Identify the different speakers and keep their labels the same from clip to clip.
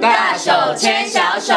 Speaker 1: 大手牵小手。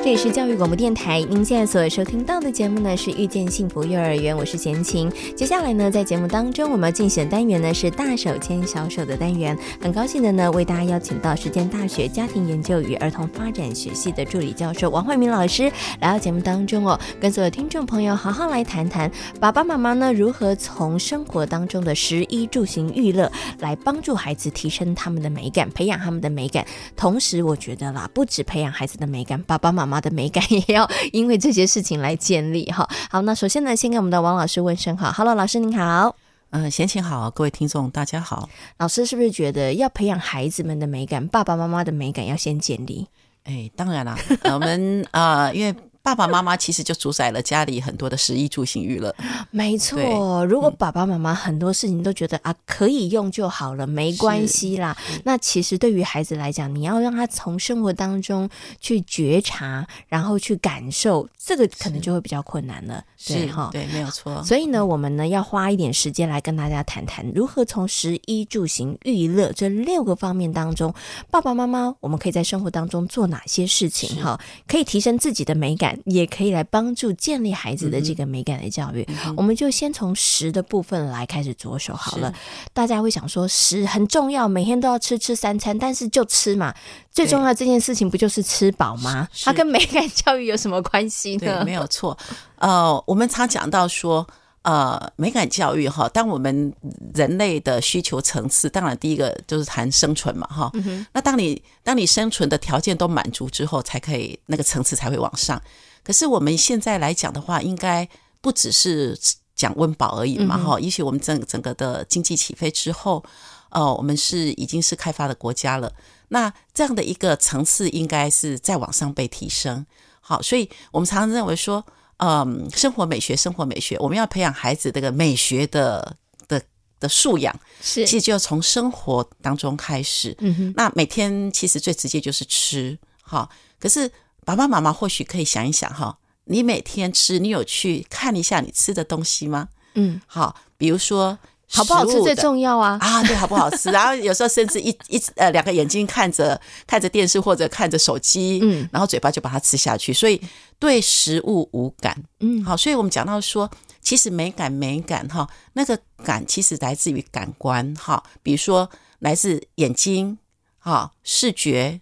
Speaker 2: 这里是教育广播电台，您现在所收听到的节目呢是《遇见幸福幼儿园》，我是贤琴。接下来呢，在节目当中，我们要竞选单元呢是“大手牵小手”的单元。很高兴的呢，为大家邀请到实践大学家庭研究与儿童发展学系的助理教授王慧明老师来到节目当中哦，跟所有听众朋友好好来谈谈爸爸妈妈呢如何从生活当中的食衣住行娱乐来帮助孩子提升他们的美感，培养他们的美感。同时，我觉得啦，不止培养孩子的美感，爸爸妈妈的美感也要因为这些事情来建立哈。好，那首先呢，先跟我们的王老师问声好，Hello，老师您好。
Speaker 3: 嗯，闲情好，各位听众大家好。
Speaker 2: 老师是不是觉得要培养孩子们的美感，爸爸妈妈的美感要先建立？
Speaker 3: 哎，当然啦， 呃我们啊、呃因为爸爸妈妈其实就主宰了家里很多的食衣住行娱乐。
Speaker 2: 没错，
Speaker 3: 对
Speaker 2: 如果爸爸妈妈很多事情都觉得、啊可以用就好了，没关系啦，那其实对于孩子来讲，你要让他从生活当中去觉察，然后去感受，这个可能就会比较困难了， 对
Speaker 3: 是
Speaker 2: 哈。
Speaker 3: 对，没有错。
Speaker 2: 所以呢，我们呢要花一点时间来跟大家谈谈如何从食衣住行娱乐这六个方面当中，爸爸妈妈我们可以在生活当中做哪些事情哈，可以提升自己的美感，也可以来帮助建立孩
Speaker 3: 嗯
Speaker 2: 子的这个美感的教育。我们就先从食的部分来开始着手好了。大家会想说食很重要，每天都要吃吃三餐，但是就吃嘛，最重要的这件事情不就是吃饱吗？
Speaker 3: 是
Speaker 2: 它跟美感教育有什么关系
Speaker 3: 对，
Speaker 2: 呢
Speaker 3: 没？有错。呃，我们常讲到说，呃，美感教育哈，当我们人类的需求层次，当然第一个就是谈生存嘛哈。那当你当你生存的条件都满足之后，才可以那个层次才会往上。可是我们现在来讲的话，应该不只是讲温饱而已嘛哈。也许我们整整个的经济起飞之后，呃，我们是已经是开发的国家了。那这样的一个层次，应该是再往上被提升。好，所以我们常常认为说，嗯，生活美学，生活美学，我们要培养孩子这个美学的的的素养，
Speaker 2: 是
Speaker 3: 其实就要从生活当中开始。
Speaker 2: 嗯哼，
Speaker 3: 那每天其实最直接就是吃，哈。可是爸爸妈妈或许可以想一想哈，你每天吃，你有去看一下你吃的东西吗？
Speaker 2: 嗯，
Speaker 3: 好，比如说
Speaker 2: 好不好
Speaker 3: 食
Speaker 2: 吃
Speaker 3: 物
Speaker 2: 最
Speaker 3: 的
Speaker 2: 重要啊。
Speaker 3: 啊，对，好不好吃？然后有时候甚至一一直呃两个眼睛看着看着电视或者看着手机，
Speaker 2: 嗯，
Speaker 3: 然后嘴巴就把它吃下去，所以对食物无感。
Speaker 2: 嗯，
Speaker 3: 好，所以我们讲到说，其实美感美感哈，那个感其实来自于感官哈，比如说来自眼睛哈视觉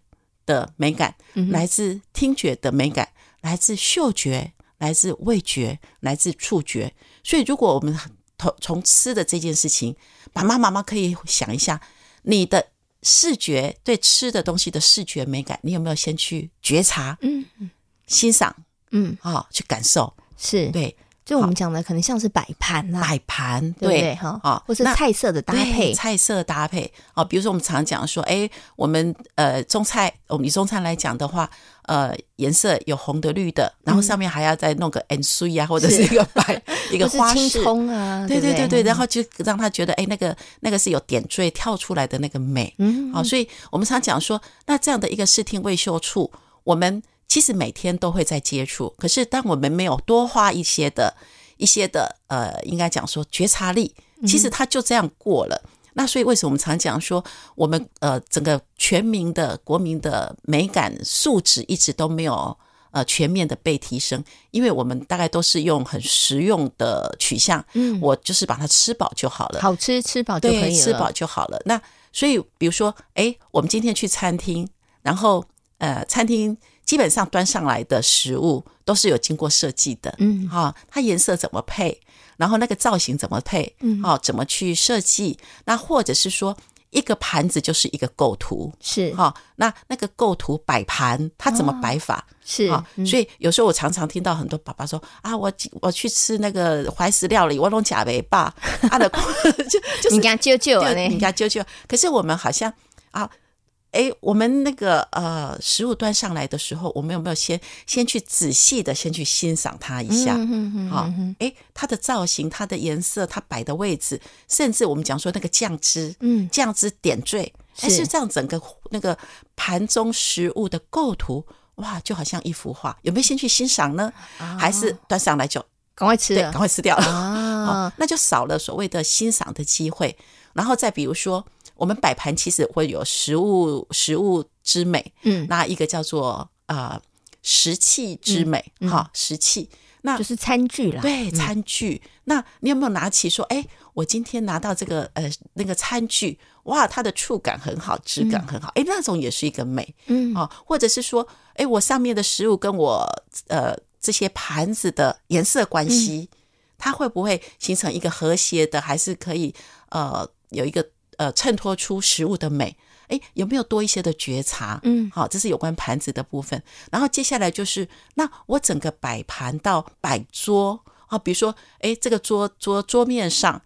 Speaker 3: 的美感，
Speaker 2: 嗯
Speaker 3: 来自听觉的美感，来自嗅觉，来自味觉，来自触觉。所以如果我们从从吃的这件事情，爸爸妈妈可以想一下，你的视觉对吃的东西的视觉美感，你有没有先去觉察、
Speaker 2: 嗯
Speaker 3: 欣赏
Speaker 2: 嗯，
Speaker 3: 啊、去感受？
Speaker 2: 是，
Speaker 3: 对，
Speaker 2: 就我们讲的可能像是摆盘啦，
Speaker 3: 摆盘，
Speaker 2: 对不对哈？
Speaker 3: 啊，
Speaker 2: 或是
Speaker 3: 那
Speaker 2: 菜色的搭
Speaker 3: 对
Speaker 2: 配，
Speaker 3: 菜色搭配哦，比如说我们常讲说，哎，我们呃中菜，我们以中餐来讲的话，呃，颜色有红的、绿的，
Speaker 2: 嗯
Speaker 3: 然后上面还要再弄个 N C 啊，或者是一个 摆一个
Speaker 2: 或是
Speaker 3: 花
Speaker 2: 青
Speaker 3: 式，
Speaker 2: 葱啊，
Speaker 3: 对
Speaker 2: 对
Speaker 3: 对
Speaker 2: 不
Speaker 3: 对对，然后就让他觉得，哎，那个那个是有点缀跳出来的那个美，
Speaker 2: 嗯，
Speaker 3: 好、所以我们常讲说，那这样的一个视听未嗅处，我们其实每天都会在接触，可是当我们没有多花一些的、一些的呃，应该讲说觉察力，
Speaker 2: 嗯
Speaker 3: 其实它就这样过了。那所以为什么我们常讲说，我们呃整个全民的国民的美感素质一直都没有。呃，全面的被提升，因为我们大概都是用很实用的取向，
Speaker 2: 嗯
Speaker 3: 我就是把它吃饱就好了。
Speaker 2: 好吃吃饱就
Speaker 3: 对，
Speaker 2: 可以了，
Speaker 3: 吃饱就好了。那所以，比如说，哎，我们今天去餐厅，然后呃，餐厅基本上端上来的食物都是有经过设计的，
Speaker 2: 嗯
Speaker 3: 哈、它颜色怎么配，然后那个造型怎么配，嗯，哦，怎么去设计，那或者是说。一个盘子就是一个构图，
Speaker 2: 是哦
Speaker 3: 哈、那那个构图摆盘，它怎么摆法？
Speaker 2: 是嗯
Speaker 3: 啊，所以有时候我常常听到很多爸爸说啊，我我去吃那个怀石料理，我弄假尾巴，啊的，就就是
Speaker 2: 你给他救救啊
Speaker 3: 对人
Speaker 2: 呢，
Speaker 3: 家啾啾。可是我们好像啊，哎，我们那个呃，食物端上来的时候，我们有没有先先去仔细的先去欣赏它一下？
Speaker 2: 嗯
Speaker 3: 好、
Speaker 2: 好，
Speaker 3: 哎，它的造型、它的颜色、它摆的位置，甚至我们讲说那个酱汁，
Speaker 2: 嗯
Speaker 3: 酱汁点缀，哎，
Speaker 2: 是
Speaker 3: 是这样整个那个盘中食物的构图。哇，就好像
Speaker 2: 哦
Speaker 3: 一幅画，有没有先去欣赏呢？还是端上来就
Speaker 2: 赶快吃
Speaker 3: 对，
Speaker 2: 了
Speaker 3: 赶快吃掉了？
Speaker 2: 啊
Speaker 3: 哦，那就少了所谓的欣赏的机会。然后再比如说，我们摆盘其实会有食物食物之美，
Speaker 2: 嗯，
Speaker 3: 那一个叫做啊食器之美，哈，食器。那
Speaker 2: 就是餐具啦。
Speaker 3: 对餐具，那你有没有拿起说，哎，我今天拿到这个呃那个餐具，哇，它的触感很好，质感很好，哎、那种也是一个美，
Speaker 2: 嗯
Speaker 3: 哦，或者是说，哎，我上面的食物跟我呃这些盘子的颜色
Speaker 2: 嗯
Speaker 3: 关系，它会不会形成一个和谐的，还是可以呃有一个呃衬托出食物的美？哎，有没有多一些的觉察？
Speaker 2: 嗯
Speaker 3: 好，这是有关盘子的部分。然后接下来就是，那我整个摆盘到摆桌啊，比如说，哎，这个桌桌桌面上，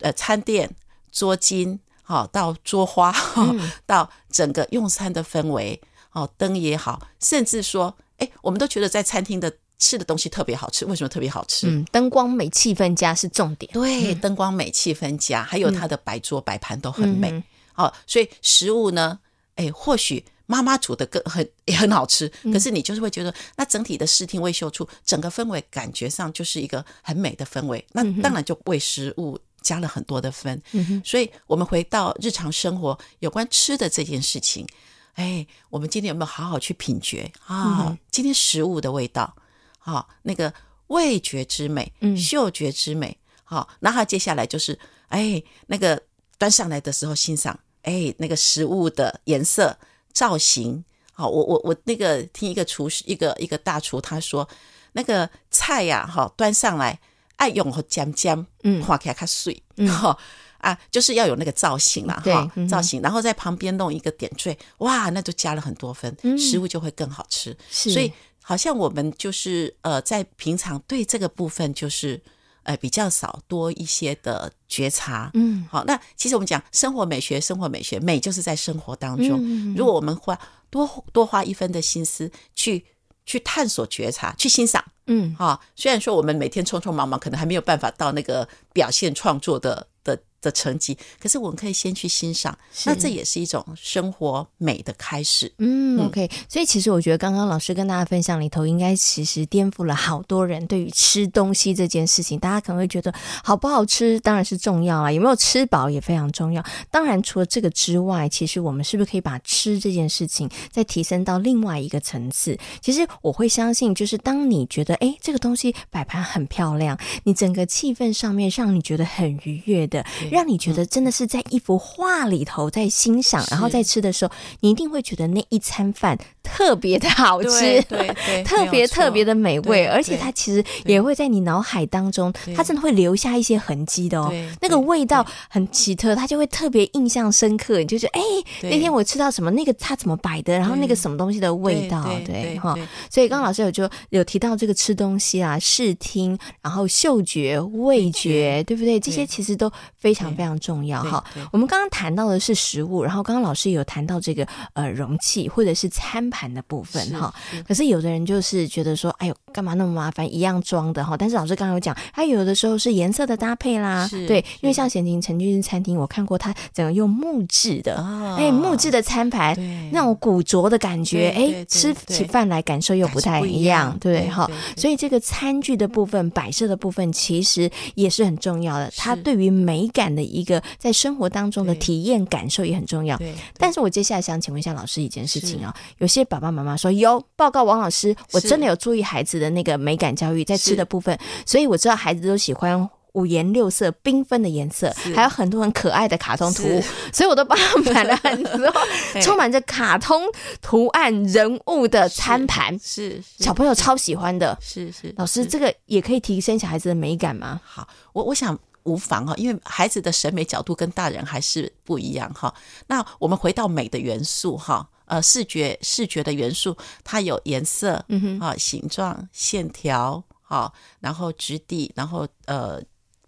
Speaker 3: 呃，餐垫、桌巾，好、到桌花，
Speaker 2: 嗯
Speaker 3: 到整个用餐的氛围，哦，灯也好，甚至说，哎，我们都觉得在餐厅的吃的东西特别好吃，为什么特别好吃？
Speaker 2: 嗯，灯光美、气氛佳是重点。
Speaker 3: 对，灯光美，气氛佳，还有它的摆桌摆盘都很美。
Speaker 2: 嗯
Speaker 3: 好、所以食物呢，哎，或许妈妈煮的更很也很好吃，可是你就是会觉得，那整体的视听味嗅触，整个氛围感觉上就是一个很美的氛围。那当然就为食物加了很多的分。
Speaker 2: 嗯
Speaker 3: 所以我们回到日常生活有关吃的这件事情，哎，我们今天有没有好好去品觉啊？今天食物的味道，好、那个味觉之美，
Speaker 2: 嗯
Speaker 3: 嗅觉之美，好、那它接下来就是，哎，那个端上来的时候欣赏，哎，那个食物的颜色、造型，好、我我我那个听一个厨师，一个一个大厨他说，那个菜呀、哈、端上来，爱用和尖尖，
Speaker 2: 嗯
Speaker 3: 看起来较水，哈、啊，就是要有那个造型啦，
Speaker 2: 对
Speaker 3: 哈、
Speaker 2: 嗯哼
Speaker 3: 造型，然后在旁边弄一个点缀，哇，那就加了很多分，食物就会更好吃。
Speaker 2: 嗯是
Speaker 3: 所以好像我们就是呃，在平常对这个部分就是呃比较少多一些的觉察。
Speaker 2: 嗯，
Speaker 3: 好，那其实我们讲生活美学，生活美学美就是在生活当中。
Speaker 2: 嗯
Speaker 3: 如果我们花多多花一分的心思去去探索、觉察、去欣赏，
Speaker 2: 嗯
Speaker 3: 啊，虽然说我们每天匆匆忙忙，可能还没有办法到那个表现创作的的的成绩，可是我们可以先去欣赏，那这也是一种生活美的开始。
Speaker 2: 嗯，OK，所以其实我觉得刚刚老师跟大家分享里头，应该其实颠覆了好多人对于吃东西这件事情。大家可能会觉得好不好吃当然是重要啦，有没有吃饱也非常重要。当然，除了这个之外，其实我们是不是可以把吃这件事情再提升到另外一个层次？其实我会相信，就是当你觉得诶这个东西摆盘很漂亮，你整个气氛上面让你觉得很愉悦的，让你觉得真的是在一幅画里头在欣赏，然后
Speaker 3: 是
Speaker 2: 在吃的时候，你一定会觉得那一餐饭特别的好 吃。
Speaker 3: 对对
Speaker 2: 特别特别
Speaker 3: 的
Speaker 2: 的美味，
Speaker 3: 对
Speaker 2: 而且
Speaker 3: 对
Speaker 2: 它其实也会在你脑海当中，它真的会留下一些痕迹的哦
Speaker 3: 对。
Speaker 2: 那个味道很奇特，它就会特别印象深刻。你就觉得，哎，
Speaker 3: 对
Speaker 2: 那天我吃到什么，那个它怎么摆的，然后那个什么东西的味道，对哈。所以刚刚老师有就有提到这个吃东西啊，视听，然后嗅觉、味觉，对不对？这些其实都非常
Speaker 3: 对
Speaker 2: 非常重要
Speaker 3: 对
Speaker 2: 哈
Speaker 3: 对。
Speaker 2: 我们刚刚谈到的是食物，然后刚刚老师也有谈到这个呃容器或者是餐盘的部分
Speaker 3: 是
Speaker 2: 哈。可是有的人就是觉得说，哎呦，干嘛那么麻烦，一样装的哈。但是老师刚刚有讲，它有的时候是颜色的搭配啦，
Speaker 3: 是
Speaker 2: 对，因为
Speaker 3: 是
Speaker 2: 像咸宁陈俊餐厅，我看过它整个用木质的，
Speaker 3: 啊
Speaker 2: 哎，木质的餐盘，
Speaker 3: 对
Speaker 2: 那种古拙的感觉，
Speaker 3: 对对
Speaker 2: 哎
Speaker 3: 对，
Speaker 2: 吃
Speaker 3: 对
Speaker 2: 起饭来感受又不太一样，
Speaker 3: 感受不一样
Speaker 2: 对哈
Speaker 3: 对对。对
Speaker 2: 所以这个餐具的部分、摆设的部分，其实也是很重要的。它对于美感的一个在生活当中的
Speaker 3: 对
Speaker 2: 体验感受也很重要。
Speaker 3: 对，
Speaker 2: 但是我接下来想请问一下老师一件事情啊、有些爸爸妈妈说有报告王老师，我
Speaker 3: 是
Speaker 2: 真的有注意孩子的那个美感教育在吃
Speaker 3: 是
Speaker 2: 的部分，所以我知道孩子都喜欢。五颜六色、缤纷的颜色，
Speaker 3: 是
Speaker 2: 还有很多很可爱的卡通图物
Speaker 3: 是，
Speaker 2: 所以我都帮他买了 很多
Speaker 3: 对
Speaker 2: 充满着卡通图案人物的餐盘，
Speaker 3: 是是
Speaker 2: 小朋友超喜欢的。
Speaker 3: 是是
Speaker 2: 老师，
Speaker 3: 是
Speaker 2: 这个也可以提升小孩子的美感吗？
Speaker 3: 好，我我想无妨哈，因为孩子的审美角度跟大人还是不一样哈。那我们回到美的元素哈，呃，视觉视觉的元素，它有颜色，嗯哼，啊，形状、线条，啊，然后质地，然后呃。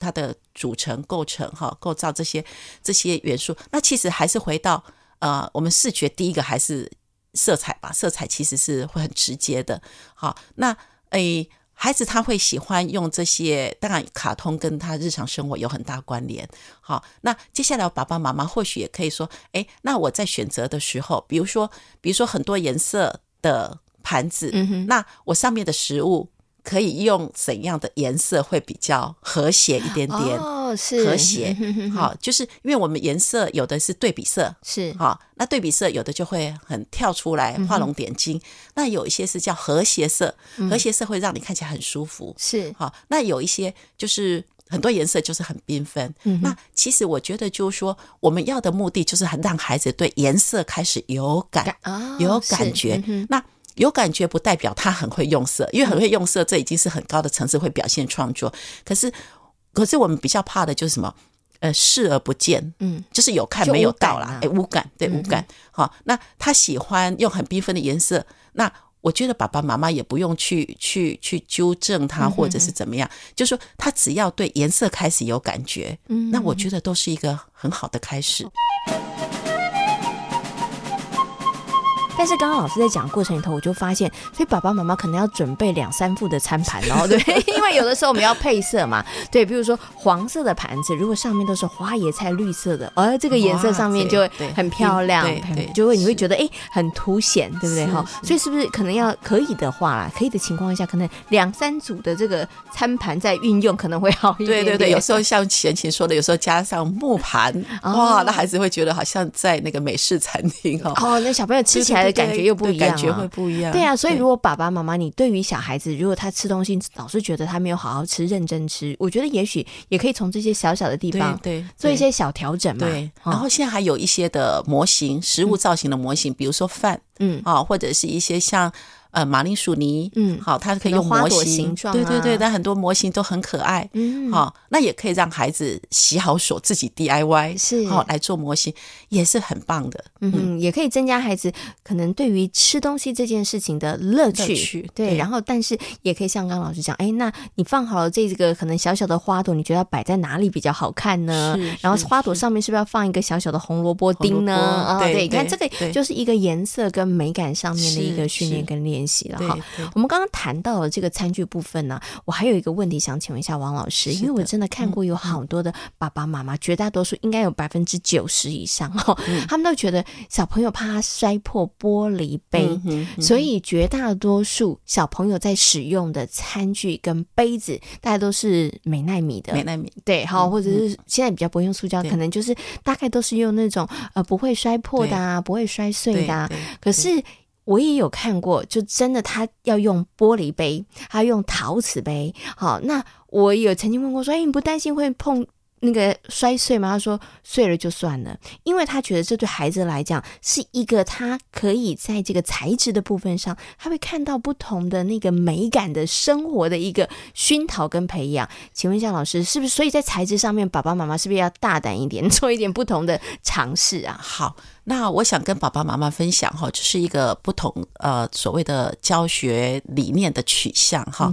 Speaker 3: 它的组成、构成、哈构造这些这些元素，那其实还是回到呃，我们视觉第一个还是色彩吧，色彩其实是会很直接的。好，那诶，孩子他会喜欢用这些，当然卡通跟他日常生活有很大关联。好，那接下来爸爸妈妈或许也可以说，诶，那我在选择的时候，比如说，比如说很多颜色的盘子，
Speaker 2: 嗯哼
Speaker 3: 那我上面的食物可以用怎样的颜色会比较和谐一点点？
Speaker 2: 哦，是，
Speaker 3: 和谐 好，就是因为我们颜色有的是对比色，
Speaker 2: 是嗯
Speaker 3: 好，那对比色有的就会很跳出来，画龙点睛。那有一些是叫和谐色，和谐色会让你看起来很舒服。
Speaker 2: 嗯是，
Speaker 3: 好，那有一些就是很多颜色就是很缤纷。
Speaker 2: 嗯
Speaker 3: 那其实我觉得就是说，我们要的目的就是很让孩子对颜色开始有感，
Speaker 2: 哦
Speaker 3: 有
Speaker 2: 是
Speaker 3: 感觉
Speaker 2: 嗯哼。
Speaker 3: 那有感觉不代表他很会用色，因为很会用色，这已经是很高的层次会表现创作。可是，可是我们比较怕的就是什么？呃，视而不见，
Speaker 2: 嗯，
Speaker 3: 就是有看
Speaker 2: 就
Speaker 3: 没有
Speaker 2: 无感
Speaker 3: 到
Speaker 2: 啊
Speaker 3: 啦，哎，无感，对，无感。好、那他喜欢用很缤纷的颜色，那我觉得爸爸妈妈也不用去去去纠正他，
Speaker 2: 嗯
Speaker 3: 或者是怎么样，就说他只要对颜色开始有感觉，嗯，那我觉得都是一个很好的开始。
Speaker 2: 但是刚刚老师在讲过程里头，我就发现，所以爸爸妈妈可能要准备两三副的餐盘哦，对，因为有的时候我们要配色嘛，对，比如说黄色的盘子，如果上面都是花椰菜绿色的，而、这个颜色
Speaker 3: 哇
Speaker 2: 上面就会
Speaker 3: 对对
Speaker 2: 很漂亮
Speaker 3: 对，对
Speaker 2: 很就会你会觉得哎、诶很凸显，对不对
Speaker 3: 是
Speaker 2: 哈？所以是不是可能要可以的话啦，可以的情况下，可能两三组的这个餐盘再运用可能会好一
Speaker 3: 对
Speaker 2: 点
Speaker 3: 对对，有时
Speaker 2: 候
Speaker 3: 候像贤琴说的，有时候加上木盘，
Speaker 2: 哦
Speaker 3: 哇，那孩子会觉得好像在那个美式餐厅哦，
Speaker 2: 哦，那小朋友吃起来的感觉又不一样、啊，
Speaker 3: 对感觉会不一样。
Speaker 2: 对啊，所以如果爸爸妈妈，你对于小孩子，如果他吃东西老是觉得他没有好好吃、认真吃，我觉得也许也可以从这些小小的地
Speaker 3: 对
Speaker 2: 方
Speaker 3: 对对
Speaker 2: 做一些小调整嘛。
Speaker 3: 对，
Speaker 2: 哦
Speaker 3: 然后现在还有一些的模型，食物造型的模型，比如说饭，
Speaker 2: 嗯，
Speaker 3: 啊，或者是一些像呃马铃薯泥，
Speaker 2: 嗯
Speaker 3: 好，它可以
Speaker 2: 那
Speaker 3: 用
Speaker 2: 花
Speaker 3: 模
Speaker 2: 朵
Speaker 3: 型，
Speaker 2: 形状
Speaker 3: 对
Speaker 2: 啊
Speaker 3: 对对，但很多模型都很可爱，
Speaker 2: 嗯
Speaker 3: 好，那也可以让孩子洗好手，自己 DIY
Speaker 2: 是
Speaker 3: 好来做模型，也是很棒的，
Speaker 2: 嗯哼，也可以增加孩子可能对于吃东西这件事情的乐趣。
Speaker 3: 乐趣
Speaker 2: 对，
Speaker 3: 对
Speaker 2: 然后但是也可以像刚刚老师讲，哎，那你放好了这个可能小小的花朵，你觉得要摆在哪里比较好看呢
Speaker 3: 是？
Speaker 2: 嗯然后
Speaker 3: 是
Speaker 2: 花朵上面是不是要放一个小小的红萝卜丁呢？
Speaker 3: 红
Speaker 2: 啊、
Speaker 3: 萝卜对
Speaker 2: 对，你看
Speaker 3: 对
Speaker 2: 这个
Speaker 3: 对
Speaker 2: 就是一个颜色跟美感上面的一个
Speaker 3: 是
Speaker 2: 训练
Speaker 3: 是
Speaker 2: 跟练习了
Speaker 3: 对
Speaker 2: 哈。
Speaker 3: 对
Speaker 2: 我们刚刚谈到了这个餐具部分呢、我还有一个问题想请问一下王老师，因为我真的看
Speaker 3: 嗯
Speaker 2: 过有好多的爸爸妈妈，绝大多数应该有百分之九十以上哦，
Speaker 3: 嗯
Speaker 2: 他们都觉得小朋友怕他摔破玻璃杯，
Speaker 3: 嗯哼
Speaker 2: 所以绝大多数小朋友在使用的餐具跟杯子，大概都是美耐米的，
Speaker 3: 美奈米，
Speaker 2: 对，好，或者是现在比较不会用塑胶，
Speaker 3: 嗯对
Speaker 2: 可能就是大概都是用那种呃不会摔破的啊，不会摔碎的啊。
Speaker 3: 对对
Speaker 2: 可
Speaker 3: 嗯
Speaker 2: 是我也有看过，就真的他要用玻璃杯，他用陶瓷杯。好，那我有曾经问过说，哎，你不担心会碰？那个摔碎吗？他说碎了就算了，因为他觉得这对孩子来讲是一个他可以在这个材质的部分上，他会看到不同的那个美感的生活的一个熏陶跟培养。请问一下老师，是不是？所以在材质上面，爸爸妈妈是不是要大胆一点，做一点不同的尝试啊？
Speaker 3: 好，那我想跟爸爸妈妈分享哈，就是一个不同呃所谓的教学理念的取向哈。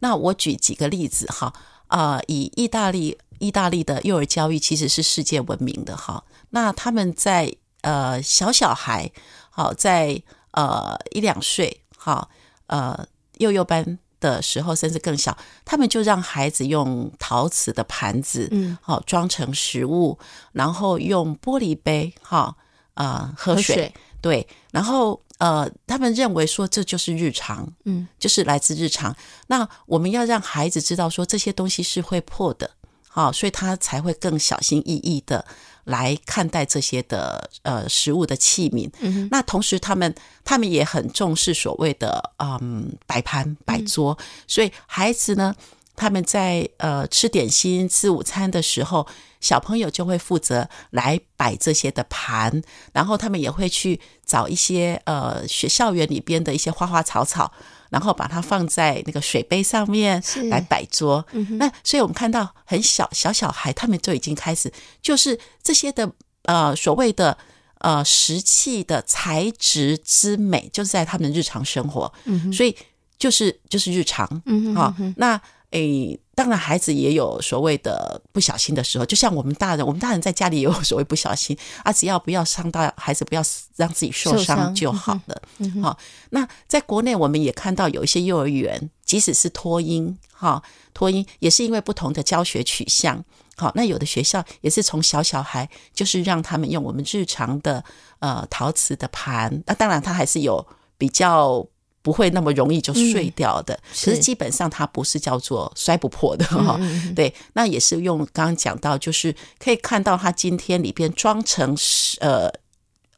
Speaker 3: 那我举几个例子哈，呃，以意大利意大利的幼儿教育其实是世界闻名的哈。那他们在呃小小孩好在呃一两岁好呃幼幼班的时候，甚至更小，他们就让孩子用陶瓷的盘子，
Speaker 2: 嗯，
Speaker 3: 好、装成食物，然后用玻璃杯，哈、啊、喝水，对，然后呃，他们认为说这就是日常，
Speaker 2: 嗯，
Speaker 3: 就是来自日常。那我们要让孩子知道说这些东西是会破的，好、所以他才会更小心翼翼的来看待这些的呃食物的器皿。嗯、那同时他们他们也很重视所谓的嗯摆盘摆桌，所以孩子呢。他们在呃吃点心、吃午餐的时候，小朋友就会负责来摆这些的盘，然后他们也会去找一些呃学校园里边的一些花花草草，然后把它放在那个水杯上面
Speaker 2: 是
Speaker 3: 来摆桌。那所以我们看到很小小小孩，他们就已经开始就是这些的呃所谓的。呃，石器的材质之美，就是在他们的日常生活，嗯、所以就是就是日常，
Speaker 2: 嗯
Speaker 3: 好、那诶，当然孩子也有所谓的不小心的时候，就像我们大人，我们大人在家里也有所谓不小心啊，只要不要伤到孩子，不要让自己受
Speaker 2: 受伤
Speaker 3: 伤嗯就好了。好、那在国内我们也看到有一些幼儿园，即使是托婴，哈、托婴也是因为不同的教学取向。好，那有的学校也是从小小孩，就是让他们用我们日常的呃陶瓷的盘，那当然它还是有比较不会那么容易就碎掉的，
Speaker 2: 是
Speaker 3: 嗯可是基本上它不是叫做摔不破的
Speaker 2: 嗯
Speaker 3: 哈、对，那也是用刚刚讲到，就是可以看到它今天里边装成是呃，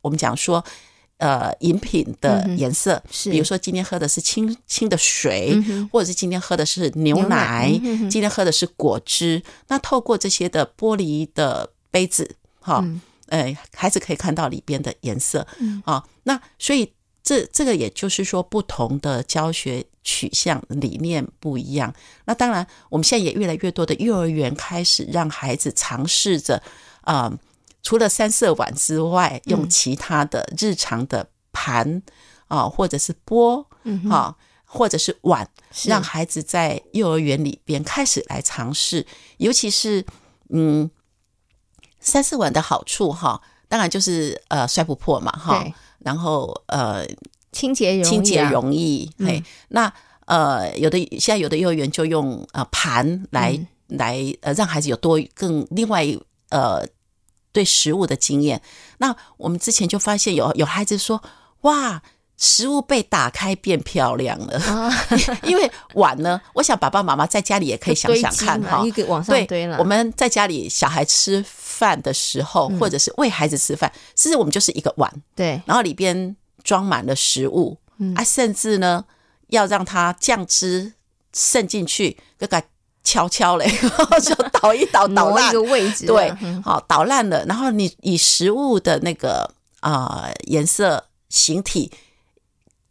Speaker 3: 我们讲说呃饮品的颜色，
Speaker 2: 是嗯
Speaker 3: 比如说今天喝的是清清的水，或者是今天喝的是嗯牛
Speaker 2: 牛奶
Speaker 3: 奶，嗯今天喝的是果汁。那透过这些的玻璃的杯子，哈、呃，孩子可以看到里边的颜色，啊，那所以这这个也就是说，不同的教学取向理念不一样。那当然，我们现在也越来越多的幼儿园开始让孩子尝试着，啊、除了三色碗之外，用其他的日常的盘啊、或者是钵，嗯，啊，或者是碗，
Speaker 2: 是
Speaker 3: 让孩子在幼儿园里边开始来尝试，尤其是嗯，三四碗的好处哈，当然就是呃摔不破嘛哈
Speaker 2: 对，
Speaker 3: 然后呃
Speaker 2: 清洁容易啊
Speaker 3: 清洁容易，
Speaker 2: 嗯
Speaker 3: 嘿，那呃有的现在有的幼儿园就用呃盘来、
Speaker 2: 嗯
Speaker 3: 来呃让孩子有多更另外一呃对食物的经验。那我们之前就发现有有孩子说哇。食物被打开变漂亮了，
Speaker 2: 啊
Speaker 3: 因为碗呢，我想爸爸妈妈在家里也可以想
Speaker 2: 堆积
Speaker 3: 想看
Speaker 2: 嘛
Speaker 3: 哈，
Speaker 2: 一个往上
Speaker 3: 对，
Speaker 2: 嗯堆了，
Speaker 3: 我们在家里小孩吃饭的时候，
Speaker 2: 嗯
Speaker 3: 或者是喂孩子吃饭，其实我们就是一个碗，
Speaker 2: 对
Speaker 3: 然后里边装满了食物，
Speaker 2: 嗯
Speaker 3: 啊，甚至呢要让它酱汁渗进去，给它敲敲嘞， 就倒一倒，倒
Speaker 2: 挪一
Speaker 3: 烂
Speaker 2: 个，位置啊，
Speaker 3: 对
Speaker 2: 嗯，
Speaker 3: 好捣烂了，然后你以食物的那个啊、呃颜色形体。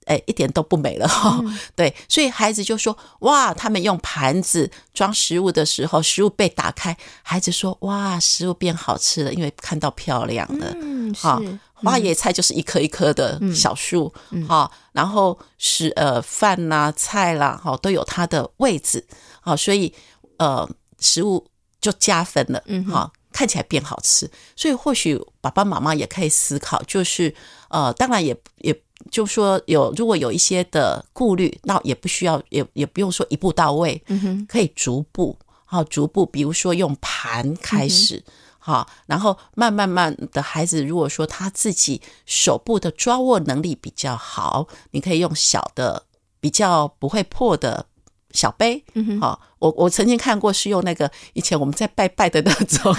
Speaker 3: 哎，一点都不美了哈、
Speaker 2: 嗯
Speaker 3: 对，所以孩子就说：“哇，他们用盘子装食物的时候，食物被打开，孩子说：‘哇，食物变好吃了，因为看到漂亮了。
Speaker 2: 嗯嗯是
Speaker 3: 哈、花椰菜就是一棵一棵的小树，哈、然后是呃饭啦、菜啦，哈、都有它的位置，好、所以呃食物就加分了，嗯，哈、看起来变好吃，所以或许爸爸妈妈也可以思考，就是呃，当然也也就说有如果有一些的顾虑，那也不需要也也不用说一步到位，嗯哼，可以逐步，好、逐步，比如说用盘开始。好，然后慢慢慢的孩子，如果说他自己手部的抓握能力比较好，你可以用小的、比较不会破的小杯。嗯哼，好，我我曾经看过是用那个以前我们在拜拜的那 种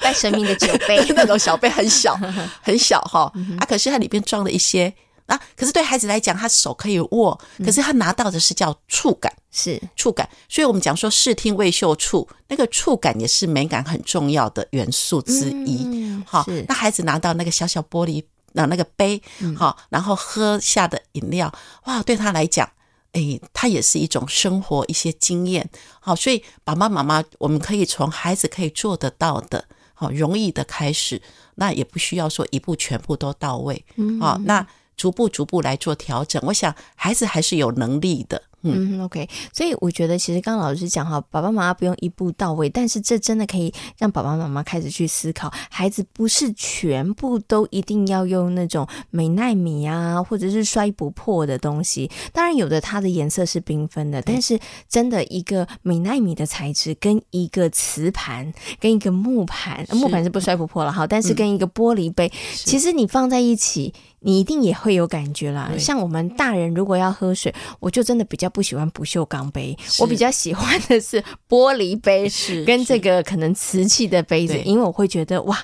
Speaker 2: 拜神明的酒 杯
Speaker 3: 那种小杯，很 小很小哈、啊，可是它里边装了一些。啊，可是对孩子来讲，他手可以握，可是他拿到的是叫触感。
Speaker 2: 是
Speaker 3: 触感，所以我们讲说视听味嗅触，那个触感也是美感很重要的元素之一。
Speaker 2: 嗯
Speaker 3: 好、
Speaker 2: 是
Speaker 3: 那孩子拿到那个小小玻璃，那那个杯，好、然后喝下的饮料，哇，对他来讲，诶，它也是一种生活一些经验。好、所以爸爸妈妈，我们可以从孩子可以做得到的，好、容易的开始，那也不需要说一步全部都到位，嗯，好、那逐步逐步来做调整。我想孩子还是有能力的，嗯。
Speaker 2: 嗯，OK，所以我觉得其实刚刚老师讲哈，爸爸妈妈不用一步到位，但是这真的可以让爸爸妈妈开始去思考，孩子不是全部都一定要用那种美奈米啊，或者是摔不破的东西。当然，有的它的颜色是缤纷的，但是真的一个美奈米的材质跟一个瓷盘跟一个木盘，呃木
Speaker 3: 是嗯
Speaker 2: 盘是不摔不破了哈，但是跟一个玻璃杯，其实你放在一起，你一定也会有感觉啦。
Speaker 3: 对
Speaker 2: 像我们大人如果要喝水，我就真的比较不喜欢不锈钢杯，
Speaker 3: 是
Speaker 2: 我比较喜欢的是玻璃杯，
Speaker 3: 是
Speaker 2: 跟这
Speaker 3: 是
Speaker 2: 个可能瓷器的杯子
Speaker 3: 对，
Speaker 2: 因为我会觉得哇。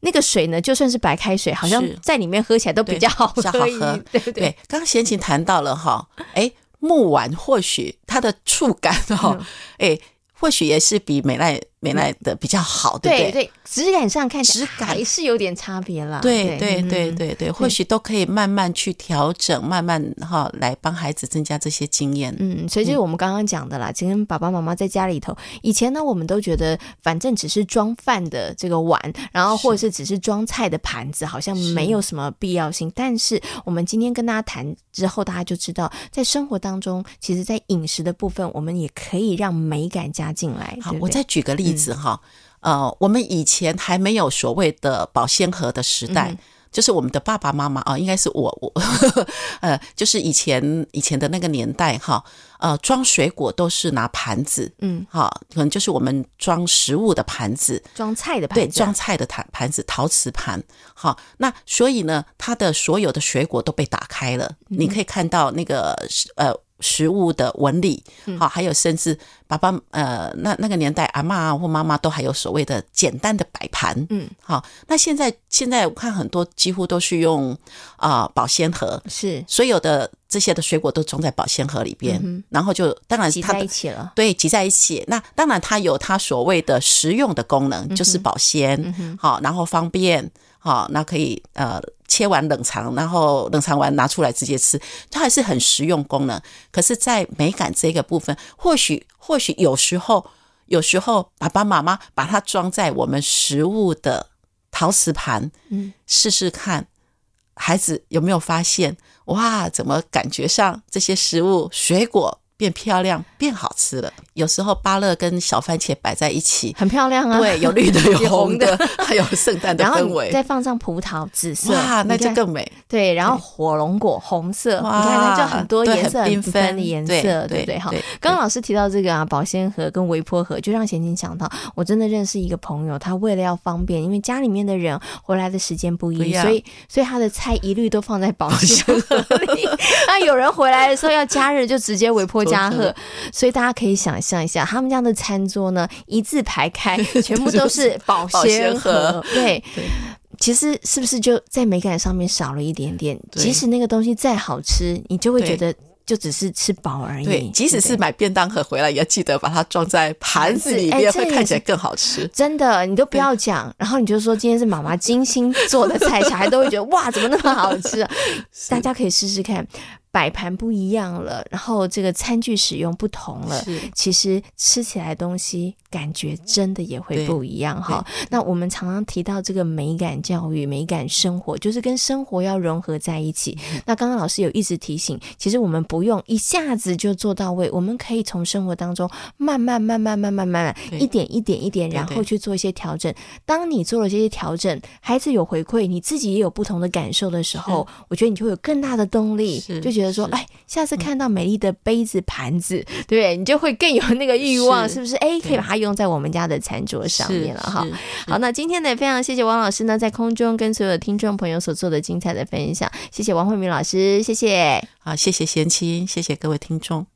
Speaker 2: 那个水呢，就算是白开水，好像
Speaker 3: 是
Speaker 2: 在里面喝起来都比
Speaker 3: 对
Speaker 2: 较好
Speaker 3: 比较好
Speaker 2: 喝一
Speaker 3: 喝
Speaker 2: 对不对？
Speaker 3: 对，刚刚贤琴谈到了哈，哎，木碗或许它的触感哦，哎，或许也是比美奈美奈的比较好，对
Speaker 2: 对
Speaker 3: 不
Speaker 2: 对，质感上看起来
Speaker 3: 质感
Speaker 2: 还是有点差别啦。
Speaker 3: 对对
Speaker 2: 嗯
Speaker 3: 对对对，或许都可以慢慢去调整，慢慢哈来帮孩子增加这些经验。
Speaker 2: 嗯，所以就是我们刚刚讲的啦。今天爸爸妈妈在家里头，以前呢，我们都觉得反正只是装饭的这个碗，然后或者是只是装菜的盘子，好像没有什么必要性。但是我们今天跟大家谈之后，大家就知道，在生活当中，其实在饮食的部分，我们也可以让美感加进来。
Speaker 3: 好
Speaker 2: 对，不
Speaker 3: 我
Speaker 2: 对嗯
Speaker 3: 再举个
Speaker 2: 嗯
Speaker 3: 例子哈，呃，我们以前还没有所谓的保鲜盒的时代，就是我们的爸爸妈妈啊，应该是我我呃，就是以前以前的那个年代哈，呃，装水果都是拿盘子，
Speaker 2: 嗯，
Speaker 3: 哈，可能就是我们装食物的盘子，啊
Speaker 2: 装菜的盘
Speaker 3: 对，
Speaker 2: 子
Speaker 3: 装菜的盘盘子，陶瓷盘。好，那所以呢，它的所有的水果都被打开了，
Speaker 2: 嗯
Speaker 3: 你可以看到那个食呃食物的纹理，
Speaker 2: 嗯
Speaker 3: 好，还有甚至爸爸呃那那个年代阿妈或妈妈都还有所谓的简单的摆盘，
Speaker 2: 嗯，
Speaker 3: 好，那现在现在我看很多几乎都是用啊、保鲜盒。
Speaker 2: 是
Speaker 3: 所有的这些的水果都装在保鲜盒里边，然后就当
Speaker 2: 嗯
Speaker 3: 然
Speaker 2: 挤
Speaker 3: 它
Speaker 2: 在
Speaker 3: 的
Speaker 2: 一起了。
Speaker 3: 对，集在一起。那当然，它有它所谓的实用的功能，就是保鲜，好、然后方便，好、那可以呃切完冷藏，然后冷藏完拿出来直接吃，它还是很实用功能。可是，在美感这个部分，或许或许有时候有时候爸爸妈妈把它装在我们食物的陶瓷盘，
Speaker 2: 嗯，
Speaker 3: 试试看，孩子有没有发现？哇，怎么感觉上这些食物、水果变漂亮、变好吃了？有时候芭乐跟小番茄摆在 一起，
Speaker 2: 很漂亮啊，
Speaker 3: 对，有绿的， 有红
Speaker 2: 红
Speaker 3: 的， 还有圣诞的
Speaker 2: 然后
Speaker 3: 氛
Speaker 2: 你
Speaker 3: 围。
Speaker 2: 再放上葡萄紫色，
Speaker 3: 哇，那
Speaker 2: 你
Speaker 3: 就
Speaker 2: 看
Speaker 3: 更美。
Speaker 2: 对，然后火龙果红色，你
Speaker 3: 哇
Speaker 2: 看它就很多
Speaker 3: 对
Speaker 2: 颜色
Speaker 3: 很
Speaker 2: 很
Speaker 3: 缤
Speaker 2: 缤
Speaker 3: 纷
Speaker 2: 的颜
Speaker 3: 对
Speaker 2: 色，
Speaker 3: 对
Speaker 2: 对不对？哈
Speaker 3: 对，
Speaker 2: 刚刚
Speaker 3: 对
Speaker 2: 老师提到这个啊，保鲜盒跟微波盒，就让贤琴想到，我真的认识一个朋友，他为了要方便，因为家里面的人回来的时间不
Speaker 3: 不
Speaker 2: 一，
Speaker 3: 一样
Speaker 2: 所以所以他的菜一律都放在保鲜盒里。 那有人回来的时候要加热，就直接微波加
Speaker 3: 做
Speaker 2: 热
Speaker 3: 热。
Speaker 2: 所以大家可以想象一下，他们家的餐桌呢，一字排 开，全部都是保
Speaker 3: 保
Speaker 2: 鲜
Speaker 3: 鲜
Speaker 2: 盒
Speaker 3: 盒。
Speaker 2: 对，
Speaker 3: 对
Speaker 2: 其实是不是就在美感上面少了一点点？
Speaker 3: 对
Speaker 2: 即使那个东西再好吃，你就会觉
Speaker 3: 对
Speaker 2: 得就只是吃饱而已。
Speaker 3: 对，即使
Speaker 2: 不
Speaker 3: 是买便当盒回来，也要记得把它装在盘子里
Speaker 2: 盘子哎
Speaker 3: 面，
Speaker 2: 这
Speaker 3: 会
Speaker 2: 也
Speaker 3: 看起来
Speaker 2: 是
Speaker 3: 更好吃。
Speaker 2: 真的，你都不要讲，然后你就说今天是妈妈精心做的菜，小孩都会觉得哇，怎么那么好吃、 啊？大家可以试试看，摆盘不一样了，然后这个餐具使用不同了
Speaker 3: 是，
Speaker 2: 其实吃起来东西感觉真的也会
Speaker 3: 对
Speaker 2: 不一样哈。那我们常常提到这个美感教育、美感生活，就是跟生活要融合在一起。
Speaker 3: 嗯
Speaker 2: 那刚刚老师有一直提醒，其实我们不用一下子就做到位，我们可以从生活当中慢慢、慢慢、慢慢、慢慢，
Speaker 3: 对
Speaker 2: 一点一点、一点，然后
Speaker 3: 对
Speaker 2: 去做一些调整。当你做了这些调整，孩子有回馈，你自己也有不同的感受的时候，我觉得你就会有更大的动力
Speaker 3: 是，
Speaker 2: 就觉得说，
Speaker 3: 是嗯
Speaker 2: 哎，下次看到美丽的杯子、盘子，对不对？你就会 更有那个欲望，是
Speaker 3: 是
Speaker 2: 不是？哎，可以
Speaker 3: 对
Speaker 2: 把它用在我们家的餐桌上
Speaker 3: 是
Speaker 2: 面了哈。
Speaker 3: 是
Speaker 2: 好，那今天呢，非常谢谢王老师呢，在空中跟所有的听众朋友所做的精彩的分享，谢谢王慧敏老师，谢谢。
Speaker 3: 啊好，谢谢贤妻，谢谢各位听众。